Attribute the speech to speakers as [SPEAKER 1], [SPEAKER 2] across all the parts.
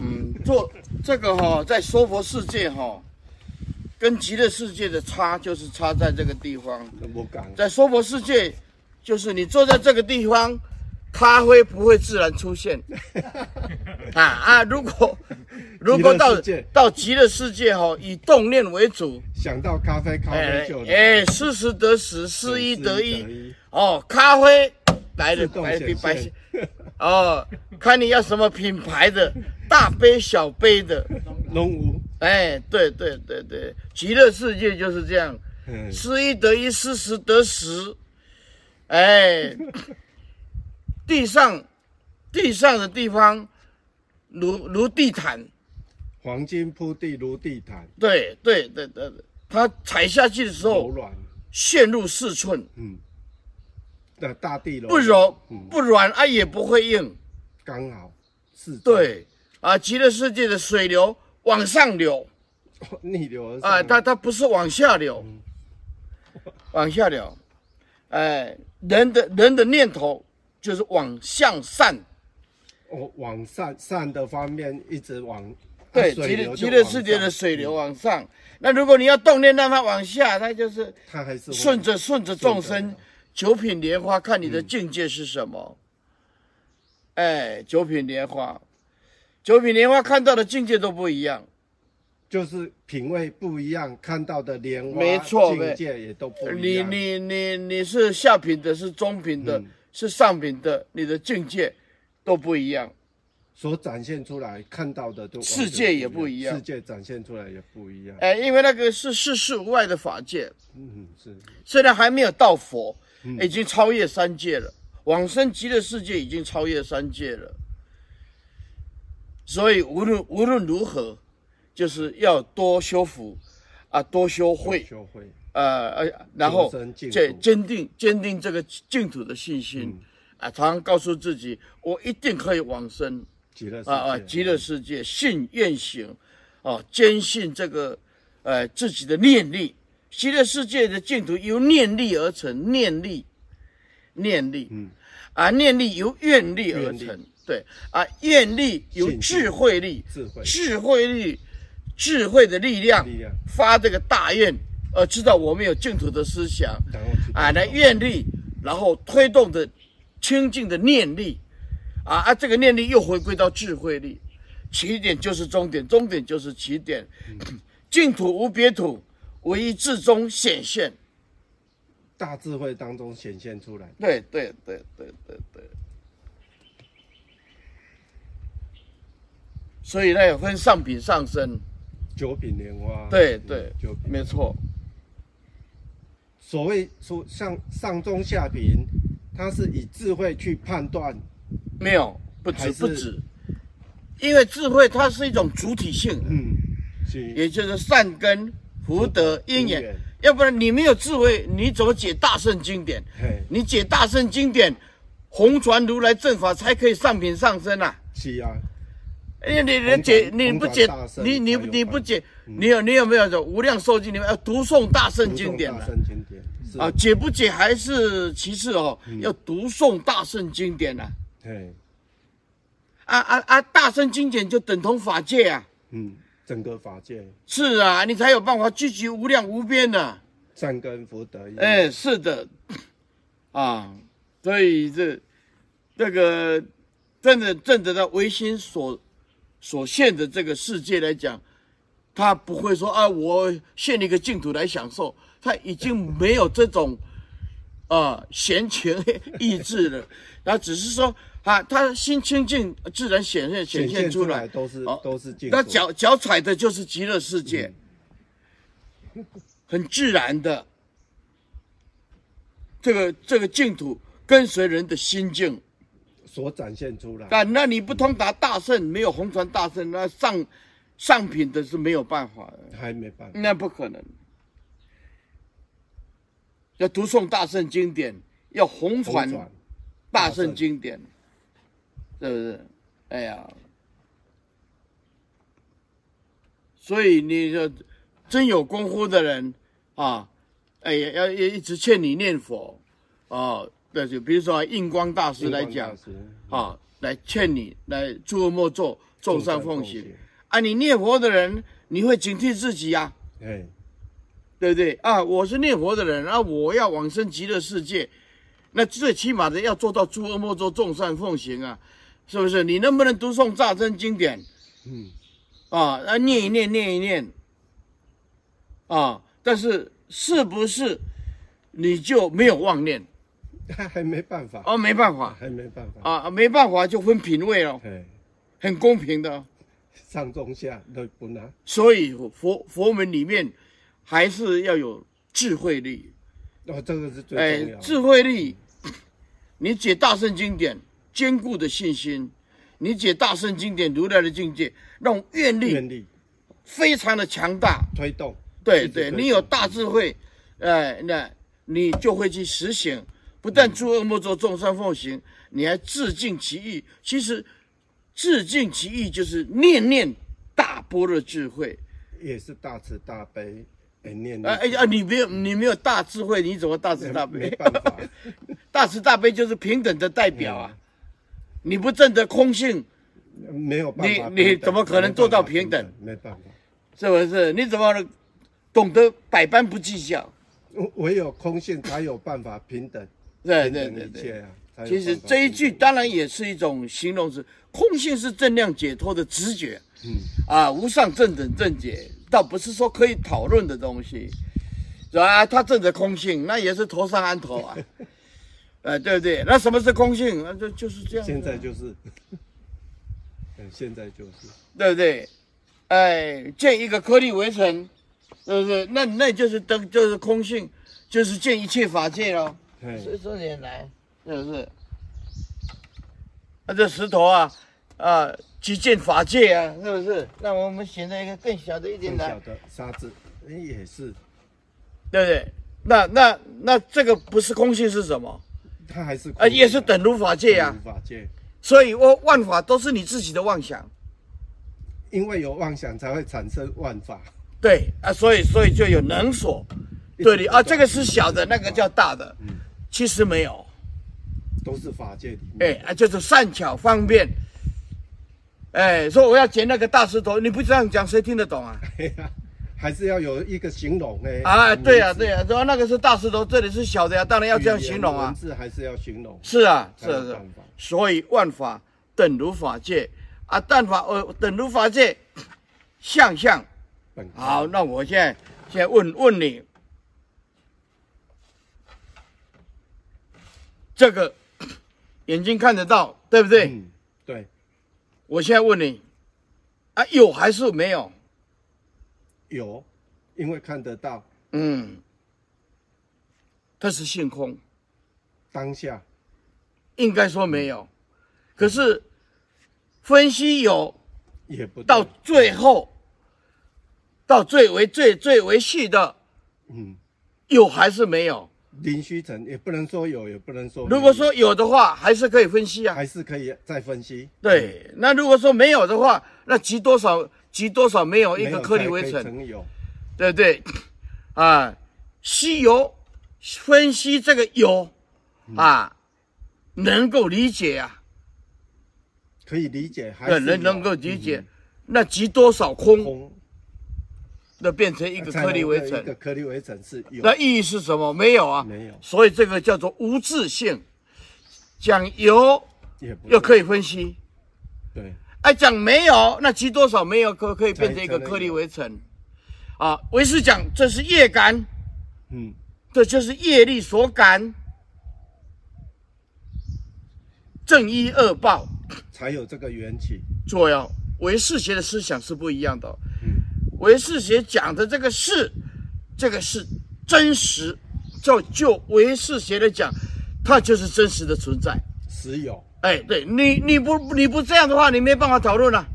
[SPEAKER 1] 嗯，做这个哈、在娑婆世界哈、跟极乐世界的差就是差在这个地方。
[SPEAKER 2] 都无共。
[SPEAKER 1] 在娑婆世界，就是你坐在这个地方，咖啡不会自然出 现啊啊！如果如果到
[SPEAKER 2] 极乐世界
[SPEAKER 1] 到极乐世界哈、以动念为主，
[SPEAKER 2] 想到咖啡，咖
[SPEAKER 1] 哎
[SPEAKER 2] 啡就来
[SPEAKER 1] 哎，失时得时，失一得一
[SPEAKER 2] 失一
[SPEAKER 1] 哦，咖啡来
[SPEAKER 2] 自
[SPEAKER 1] 了，
[SPEAKER 2] 动
[SPEAKER 1] 来
[SPEAKER 2] 显
[SPEAKER 1] 比哎白
[SPEAKER 2] 现。
[SPEAKER 1] 哦，看你要什么品牌的，大杯小杯的，
[SPEAKER 2] 拢有。
[SPEAKER 1] 哎，对对对对，极乐世界就是这样。
[SPEAKER 2] 嗯，
[SPEAKER 1] 失一得一，失十得十。哎，地上地上的地方如如地毯，
[SPEAKER 2] 黄金铺地如地毯，
[SPEAKER 1] 对对对对，对它踩下去的时
[SPEAKER 2] 柔
[SPEAKER 1] 候
[SPEAKER 2] 软。
[SPEAKER 1] 陷入四寸，
[SPEAKER 2] 嗯，那大地柔嗯
[SPEAKER 1] 不柔不软啊，也不会硬。
[SPEAKER 2] 刚好是
[SPEAKER 1] 对啊，极乐世界的水流往上流
[SPEAKER 2] 逆流而上
[SPEAKER 1] 啊，它它不是往下流，往下流。哎，人的人的念头就是往向善。
[SPEAKER 2] 哦往善善的方面一直往啊
[SPEAKER 1] 对，
[SPEAKER 2] 水
[SPEAKER 1] 极
[SPEAKER 2] 流
[SPEAKER 1] 乐
[SPEAKER 2] 就
[SPEAKER 1] 极乐
[SPEAKER 2] 往
[SPEAKER 1] 世界
[SPEAKER 2] 上嗯
[SPEAKER 1] 的水流往上。那如果你要动念让它往下，它就是
[SPEAKER 2] 它还是会
[SPEAKER 1] 顺着顺着众
[SPEAKER 2] 顺
[SPEAKER 1] 生
[SPEAKER 2] 着
[SPEAKER 1] 九品莲花，看你的境界是什么。哎，九品莲花，九品莲花看到的境界都不一样。
[SPEAKER 2] 就是品味不一样，看到的莲花
[SPEAKER 1] 没错
[SPEAKER 2] 境界也都不一
[SPEAKER 1] 你
[SPEAKER 2] 样。
[SPEAKER 1] 你你你是下品的，是中品的，是上品的，你的境界都不一样。
[SPEAKER 2] 所展现出来看到的都完全
[SPEAKER 1] 世界也不一样
[SPEAKER 2] 世界展现出来也不一样。
[SPEAKER 1] 哎，因为那个是世事无外的法界，
[SPEAKER 2] 嗯，是
[SPEAKER 1] 虽然还没有到佛，已经超越三界了，往生极乐世界已经超越三界了。所以无论无论如何，就是要多修福，啊，多修慧，
[SPEAKER 2] 修会
[SPEAKER 1] 呃呃，然后
[SPEAKER 2] 多生净土
[SPEAKER 1] 这坚定坚定这个净土的信心，啊，常常告诉自己，我一定可以往生
[SPEAKER 2] 极乐世界
[SPEAKER 1] 啊啊，极乐世界，信愿行，啊，坚信这个呃自己的念力，极乐世界的净土由念力而成，念力，念力，嗯，啊，念力由愿力而
[SPEAKER 2] 愿
[SPEAKER 1] 成，对，啊，愿力由
[SPEAKER 2] 信心
[SPEAKER 1] 智慧力，
[SPEAKER 2] 智慧
[SPEAKER 1] 智慧力，智慧的力量，
[SPEAKER 2] 力量
[SPEAKER 1] 发这个大愿，呃，知道我们有净土的思想，
[SPEAKER 2] 然后去
[SPEAKER 1] 啊，那愿力，然后推动的清净的念力，啊啊，这个念力又回归到智慧力，起点就是终点，终点就是起点， 净土无别土，唯一至终显现。
[SPEAKER 2] 大智慧当中显现出来。
[SPEAKER 1] 对对对对对对。所以呢，有分上品上身，
[SPEAKER 2] 九品莲花，
[SPEAKER 1] 对对
[SPEAKER 2] 嗯九，品
[SPEAKER 1] 没错，
[SPEAKER 2] 所谓说上上中下品，它是以智慧去判断，
[SPEAKER 1] 没有不止
[SPEAKER 2] 还是
[SPEAKER 1] 不止，因为智慧它是一种主体性，
[SPEAKER 2] 嗯，去
[SPEAKER 1] 也就是善根、福德、因
[SPEAKER 2] 因
[SPEAKER 1] 缘
[SPEAKER 2] 缘。
[SPEAKER 1] 要不然你没有智慧，你怎么解大圣经典？
[SPEAKER 2] 嘿
[SPEAKER 1] 你解大圣经典，红传如来正法才可以上品上身啊！
[SPEAKER 2] 是啊，
[SPEAKER 1] 哎，你你解
[SPEAKER 2] 红
[SPEAKER 1] 你
[SPEAKER 2] 传
[SPEAKER 1] 不解
[SPEAKER 2] 红传大，圣
[SPEAKER 1] 你你
[SPEAKER 2] 才有
[SPEAKER 1] 你不
[SPEAKER 2] 办
[SPEAKER 1] 解，你有你有没有这无量寿经里面要读诵大圣经典
[SPEAKER 2] 读诵
[SPEAKER 1] 的
[SPEAKER 2] 大圣经典是
[SPEAKER 1] 啊？
[SPEAKER 2] 啊，
[SPEAKER 1] 解不解还是其次哦，
[SPEAKER 2] 嗯
[SPEAKER 1] 要读诵大圣经典呐！
[SPEAKER 2] 嘿，
[SPEAKER 1] 啊啊啊！大圣经典就等同法界啊！
[SPEAKER 2] 嗯，整个法界
[SPEAKER 1] 是啊，你才有办法聚集无量无边呐、
[SPEAKER 2] 善根福德因，
[SPEAKER 1] 哎，是的，啊，所以这这个真的正得到唯心所所现的这个世界来讲，他不会说啊，我现一个净土来享受，他已经没有这种啊闲 情逸致了，他只是说啊，他心清净自然显现显
[SPEAKER 2] 显
[SPEAKER 1] 现
[SPEAKER 2] 现
[SPEAKER 1] 出
[SPEAKER 2] 出
[SPEAKER 1] 来
[SPEAKER 2] 来，都是
[SPEAKER 1] 哦
[SPEAKER 2] 都是净土
[SPEAKER 1] 那脚脚踩的就是极乐世界， 很自然的。这个这个净土跟随人的心境，
[SPEAKER 2] 所展现出来，
[SPEAKER 1] 但那你不通达大圣，没有红传大圣，那上上品的是没有办法的，
[SPEAKER 2] 还没办法，
[SPEAKER 1] 那不可能。要读诵大圣经典，要红传
[SPEAKER 2] 红传
[SPEAKER 1] 大圣经典，是不是？哎呀，所以你就真有功夫的人啊，哎呀，要要一直劝你念佛啊。那就比如说印光大师来讲
[SPEAKER 2] 印光大师
[SPEAKER 1] 啊，来劝你来诸恶莫作，众善奉行。，啊，你念佛的人，你会警惕自己呀、啊，
[SPEAKER 2] 哎，
[SPEAKER 1] 对不对啊？我是念佛的人，啊，我要往生极乐世界，那最起码的要做到诸恶莫作，众善奉行啊，是不是？你能不能读诵大真经典
[SPEAKER 2] 嗯，
[SPEAKER 1] 啊？啊，念一念，念一念，啊，但是是不是你就没有妄念？
[SPEAKER 2] 还还没办法，
[SPEAKER 1] 哦，没办法
[SPEAKER 2] 还没办法，
[SPEAKER 1] 啊，没办法就分品位了，
[SPEAKER 2] 哎，
[SPEAKER 1] 很公平的哦。
[SPEAKER 2] 上中下都不难，
[SPEAKER 1] 所以佛佛门里面还是要有智慧力，
[SPEAKER 2] 哦，这个是最
[SPEAKER 1] 哎
[SPEAKER 2] 重要，的，
[SPEAKER 1] 智慧力，你解大圣经典，坚固的信心，你解大圣经典如来的境界，那种愿力
[SPEAKER 2] 愿力
[SPEAKER 1] 非常的强大。
[SPEAKER 2] 推动，
[SPEAKER 1] 对
[SPEAKER 2] 一直
[SPEAKER 1] 对，
[SPEAKER 2] 推
[SPEAKER 1] 你有大智慧，哎，那你就会去实行，不
[SPEAKER 2] 嗯
[SPEAKER 1] 但诸恶莫作，众善奉行，你还自尽其意。其实，自尽其意就是念念大般若智慧。
[SPEAKER 2] 也是大慈大悲，哎，念力
[SPEAKER 1] 哎哎呀，你没有你没有大智慧，你怎么大慈大
[SPEAKER 2] 没
[SPEAKER 1] 悲？
[SPEAKER 2] 办法，
[SPEAKER 1] 大慈大悲就是平等的代表啊！你不证得空性，
[SPEAKER 2] 没有办法平等，
[SPEAKER 1] 你你怎么可能做到平等
[SPEAKER 2] 没办法？没办法，
[SPEAKER 1] 是不是？你怎么懂得百般不计较？
[SPEAKER 2] 我唯有空性才有办法平等，
[SPEAKER 1] 对
[SPEAKER 2] 平
[SPEAKER 1] 对
[SPEAKER 2] 等
[SPEAKER 1] 对
[SPEAKER 2] 一
[SPEAKER 1] 对。
[SPEAKER 2] 切啊。才有
[SPEAKER 1] 其实
[SPEAKER 2] 办法
[SPEAKER 1] 这一
[SPEAKER 2] 平
[SPEAKER 1] 句
[SPEAKER 2] 等
[SPEAKER 1] 当然也是一种形容词，空性是正量解脱的直觉，
[SPEAKER 2] 嗯
[SPEAKER 1] 啊，无上正等正解，倒不是说可以讨论的东西，是吧？啊他正着空性，那也是头上安头 啊，呃，对不对？那什么是空性？那就就是这样子啊、
[SPEAKER 2] 现在就是， 嗯，现在就是，
[SPEAKER 1] 对不对？哎，建一个颗粒为尘，对不对？那那就是灯，就是空性，就是见一切法界喽。
[SPEAKER 2] 哎，
[SPEAKER 1] 这这点来，是不是？那、这石头啊，啊，即见法界啊，是不是？那我们选择一个更小的一点
[SPEAKER 2] 更
[SPEAKER 1] 来
[SPEAKER 2] 小，的沙子，哎，也是，
[SPEAKER 1] 对不对？那那那这个不是空性是什么？
[SPEAKER 2] 它还是
[SPEAKER 1] 啊，也是等如法界啊
[SPEAKER 2] 无。法界，
[SPEAKER 1] 所以我万法都是你自己的妄想，
[SPEAKER 2] 因为有妄想才会产生万法，
[SPEAKER 1] 对啊，所以所以就有能所，对你啊，这个是小的，那个叫大的，其实没有。
[SPEAKER 2] 都是法界里面，
[SPEAKER 1] 哎啊，就是善巧方便。哎，说我要捡那个大石头，你不这样讲谁听得懂啊？
[SPEAKER 2] 哎呀，还是要有一个形容哎，
[SPEAKER 1] 啊，对呀、啊，对
[SPEAKER 2] 呀，
[SPEAKER 1] 呀、啊，说那个是大石头，这里是小的啊呀、当然要这样形容
[SPEAKER 2] 文
[SPEAKER 1] 啊。
[SPEAKER 2] 字还是要形容，
[SPEAKER 1] 是啊，是
[SPEAKER 2] 才
[SPEAKER 1] 啊
[SPEAKER 2] 有
[SPEAKER 1] 是啊
[SPEAKER 2] 办法，
[SPEAKER 1] 所以万法等如法界啊，但法呃等如法界，相相。
[SPEAKER 2] 本
[SPEAKER 1] 好，那我现在现在问问你，这个眼睛看得到，对不对？
[SPEAKER 2] 嗯，对，
[SPEAKER 1] 我现在问你，啊，有还是没有？
[SPEAKER 2] 有，因为看得到
[SPEAKER 1] 嗯，它是性空，
[SPEAKER 2] 当下，
[SPEAKER 1] 应该说没有。
[SPEAKER 2] 嗯
[SPEAKER 1] 可是分析有，
[SPEAKER 2] 也不
[SPEAKER 1] 到
[SPEAKER 2] 对
[SPEAKER 1] 最后，到最为最最为细的
[SPEAKER 2] 嗯，
[SPEAKER 1] 有还是没有？
[SPEAKER 2] 林虚成也不能说有，也不能说没有，
[SPEAKER 1] 如果说有的话，还是可以分析啊。
[SPEAKER 2] 还是可以再分析，
[SPEAKER 1] 对，那如果说没有的话，那集多少集多少没有一
[SPEAKER 2] 没
[SPEAKER 1] 个
[SPEAKER 2] 有
[SPEAKER 1] 颗粒
[SPEAKER 2] 才可
[SPEAKER 1] 为
[SPEAKER 2] 以
[SPEAKER 1] 尘，
[SPEAKER 2] 成有，
[SPEAKER 1] 对不对？啊，西游分析这个有
[SPEAKER 2] 嗯
[SPEAKER 1] 啊，能够理解啊，
[SPEAKER 2] 可以理解，还
[SPEAKER 1] 对，
[SPEAKER 2] 是
[SPEAKER 1] 能
[SPEAKER 2] 有嗯
[SPEAKER 1] 能够理解。那集多少空，
[SPEAKER 2] 空
[SPEAKER 1] 那变成一个
[SPEAKER 2] 才
[SPEAKER 1] 颗粒
[SPEAKER 2] 能
[SPEAKER 1] 为
[SPEAKER 2] 够一个
[SPEAKER 1] 尘，
[SPEAKER 2] 颗粒微尘是有
[SPEAKER 1] 那意义是什么？没有啊，
[SPEAKER 2] 没有
[SPEAKER 1] 所以这个叫做无自性。讲
[SPEAKER 2] 嗯
[SPEAKER 1] 有
[SPEAKER 2] 也不
[SPEAKER 1] 又可
[SPEAKER 2] 以
[SPEAKER 1] 以分析，
[SPEAKER 2] 对，
[SPEAKER 1] 哎，讲没有，那集多少没有，可可以变成一个
[SPEAKER 2] 才才能
[SPEAKER 1] 颗粒
[SPEAKER 2] 有
[SPEAKER 1] 为尘，啊，唯是讲这是业感，
[SPEAKER 2] 嗯，
[SPEAKER 1] 这就是业力所感，正一恶报
[SPEAKER 2] 才有这个缘起，
[SPEAKER 1] 作用。唯识学的思想是不一样的哦，
[SPEAKER 2] 嗯
[SPEAKER 1] 唯识学讲的这个是，这个是真实，就就唯识学来讲，它就是真实的存在。
[SPEAKER 2] 实有
[SPEAKER 1] 哎，对你你不你不这样的话，你没办法讨论了、啊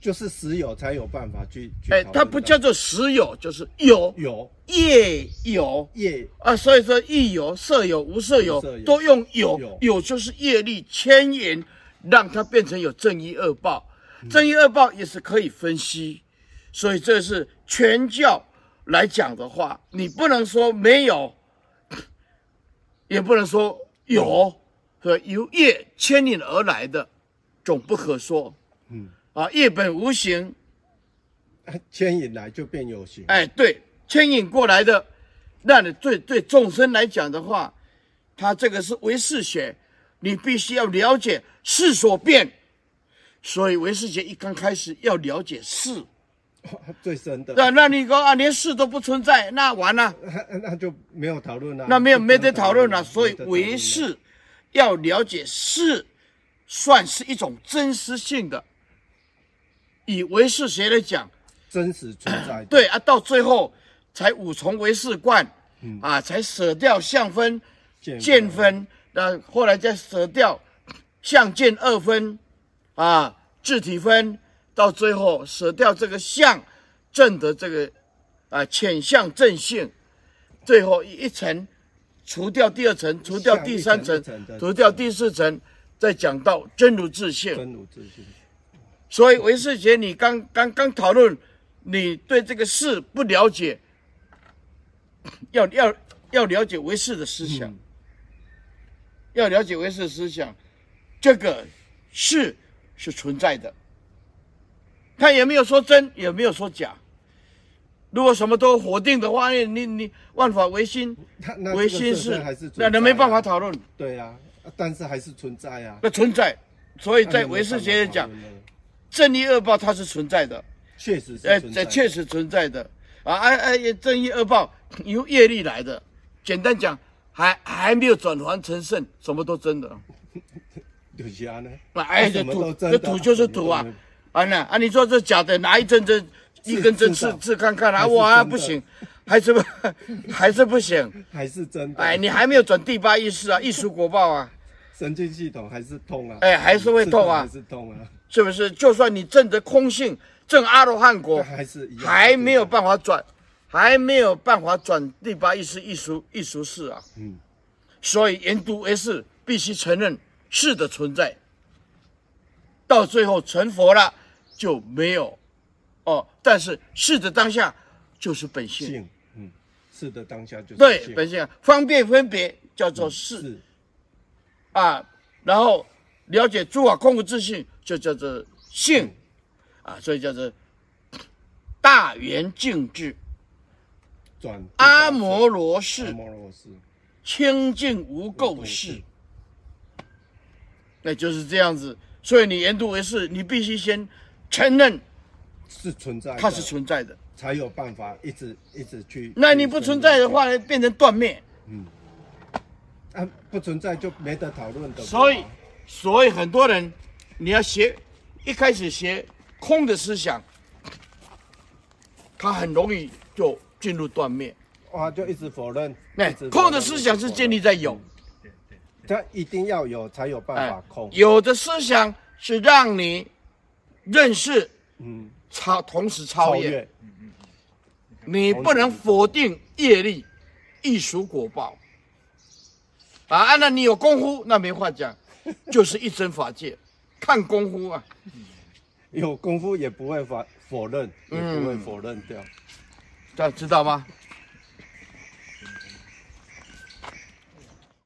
[SPEAKER 2] 就是实有才有办法去去
[SPEAKER 1] 哎
[SPEAKER 2] 讨，
[SPEAKER 1] 它
[SPEAKER 2] 论
[SPEAKER 1] 不
[SPEAKER 2] 到
[SPEAKER 1] 叫做实有，就是有
[SPEAKER 2] 有
[SPEAKER 1] 业有
[SPEAKER 2] 业
[SPEAKER 1] 啊，所以说亦有色有无色有
[SPEAKER 2] 无色有
[SPEAKER 1] 都用有
[SPEAKER 2] 有
[SPEAKER 1] 有就是业力牵引，让它变成有正一恶报，
[SPEAKER 2] 嗯
[SPEAKER 1] 正一恶报也是可以分析，所以这是全教来讲的话，你不能说没有，也不能说有，和由业牵引而来的，总不可说
[SPEAKER 2] 嗯，
[SPEAKER 1] 啊，业本无形，
[SPEAKER 2] 牵引来就变有形。
[SPEAKER 1] 哎，对，牵引过来的，那你对对众生来讲的话，他这个是唯识学，你必须要了解世所变，所以唯识学一刚开始要了解事，
[SPEAKER 2] 最深的，
[SPEAKER 1] 那那你说啊，连事都不存在，那完了。
[SPEAKER 2] 那那就没有讨论了，
[SPEAKER 1] 那没有
[SPEAKER 2] 就
[SPEAKER 1] 没得讨论了、所
[SPEAKER 2] 没
[SPEAKER 1] 以
[SPEAKER 2] 得讨论
[SPEAKER 1] 唯识要了解是，算是一种真实性的。以唯识学来讲，
[SPEAKER 2] 真实存在的，
[SPEAKER 1] 对啊，到最后才五重唯识观，啊，才舍掉相分、见
[SPEAKER 2] 见
[SPEAKER 1] 分，那后来再舍掉相见二分，啊，自体分，到最后舍掉这个相正的这个啊浅相正性，最后一一层除掉第二层，除掉第三层
[SPEAKER 2] 像一层一层的，
[SPEAKER 1] 除掉第四层，再讲到真如自性。
[SPEAKER 2] 真如自性，
[SPEAKER 1] 所以韦世杰，你刚刚刚讨论，你对这个事不了解，要要要了解韦氏的思想，
[SPEAKER 2] 嗯
[SPEAKER 1] 要了解韦氏的思想，这个事是存在的，他也没有说真，也没有说假。如果什么都否定的话，你哎你你万法唯心，
[SPEAKER 2] 那那
[SPEAKER 1] 唯
[SPEAKER 2] 这个
[SPEAKER 1] 心
[SPEAKER 2] 社
[SPEAKER 1] 是
[SPEAKER 2] 会还是存
[SPEAKER 1] 那
[SPEAKER 2] 在
[SPEAKER 1] 那没办法
[SPEAKER 2] 啊，
[SPEAKER 1] 讨论，
[SPEAKER 2] 对啊，但是还是存在啊。
[SPEAKER 1] 那存在。所以在
[SPEAKER 2] 那你没
[SPEAKER 1] 韦世
[SPEAKER 2] 办法
[SPEAKER 1] 杰
[SPEAKER 2] 讨
[SPEAKER 1] 讲，
[SPEAKER 2] 论了，
[SPEAKER 1] 正义恶报它是存在的。
[SPEAKER 2] 确实是
[SPEAKER 1] 呃，
[SPEAKER 2] 存在
[SPEAKER 1] 这
[SPEAKER 2] 的，
[SPEAKER 1] 确实存在的啊！哎哎，正义恶报由业力来的，简单讲，还还没有转换成圣，什么都真的。
[SPEAKER 2] 就是安呢，
[SPEAKER 1] 那哎，
[SPEAKER 2] 为
[SPEAKER 1] 这
[SPEAKER 2] 什么
[SPEAKER 1] 土
[SPEAKER 2] 都真
[SPEAKER 1] 这
[SPEAKER 2] 的嗯
[SPEAKER 1] 土就是土啊
[SPEAKER 2] 什么都！
[SPEAKER 1] 啊那啊，你说这假的，拿一针针一根针
[SPEAKER 2] 是
[SPEAKER 1] 刺
[SPEAKER 2] 是
[SPEAKER 1] 刺看看啊！
[SPEAKER 2] 还是
[SPEAKER 1] 哇，
[SPEAKER 2] 真的
[SPEAKER 1] 不行，还是不 还是不行！
[SPEAKER 2] 还是真的，
[SPEAKER 1] 哎，你还没有转第八意识啊，艺术果报啊，
[SPEAKER 2] 神经系统还是痛啊，
[SPEAKER 1] 哎还是会痛啊
[SPEAKER 2] 还是痛啊，
[SPEAKER 1] 是不是？就算你证得空性，证阿罗汉果，
[SPEAKER 2] 还是一样
[SPEAKER 1] 还没有办法转，还没有办法转第八意识一俗一俗事啊。
[SPEAKER 2] 嗯，
[SPEAKER 1] 所以研读为是必须承认是的存在，到最后成佛了就没有哦。但是是的当下就是本性，
[SPEAKER 2] 性，嗯，是的，当下就是
[SPEAKER 1] 对
[SPEAKER 2] 性嗯
[SPEAKER 1] 本性方便分别叫做是、
[SPEAKER 2] 是
[SPEAKER 1] 啊，然后了解诸法空无自性就叫做性啊，所以叫做大圆净智。
[SPEAKER 2] 转
[SPEAKER 1] 阿摩罗
[SPEAKER 2] 阿
[SPEAKER 1] 氏
[SPEAKER 2] 摩罗是
[SPEAKER 1] 清净无垢氏，那就是这样子。所以你研读为是，你必须先承认
[SPEAKER 2] 是存在的，
[SPEAKER 1] 它是存在的。
[SPEAKER 2] 才有办法一直一直去。
[SPEAKER 1] 那你不存在的话，呢，变成断灭。
[SPEAKER 2] 啊，不存在就没得讨论的。
[SPEAKER 1] 所以，所以很多人，你要学，一开始学空的思想，他很容易就进入断灭。
[SPEAKER 2] 哇，就一直否认。
[SPEAKER 1] 那
[SPEAKER 2] 一直否认
[SPEAKER 1] 哎
[SPEAKER 2] 嗯
[SPEAKER 1] 空的思想是建立，在有，
[SPEAKER 2] 一直否认它一定要有才有办法空。
[SPEAKER 1] 哎有的思想是让你认识
[SPEAKER 2] 嗯，
[SPEAKER 1] 超，同时超
[SPEAKER 2] 超
[SPEAKER 1] 越。
[SPEAKER 2] 越
[SPEAKER 1] 你不能否定业力，亦属果报。啊，那你有功夫，那没话讲，就是一真法界，看功夫啊。嗯
[SPEAKER 2] 有功夫也不会否否认，也不会否认掉。
[SPEAKER 1] 这样知道吗？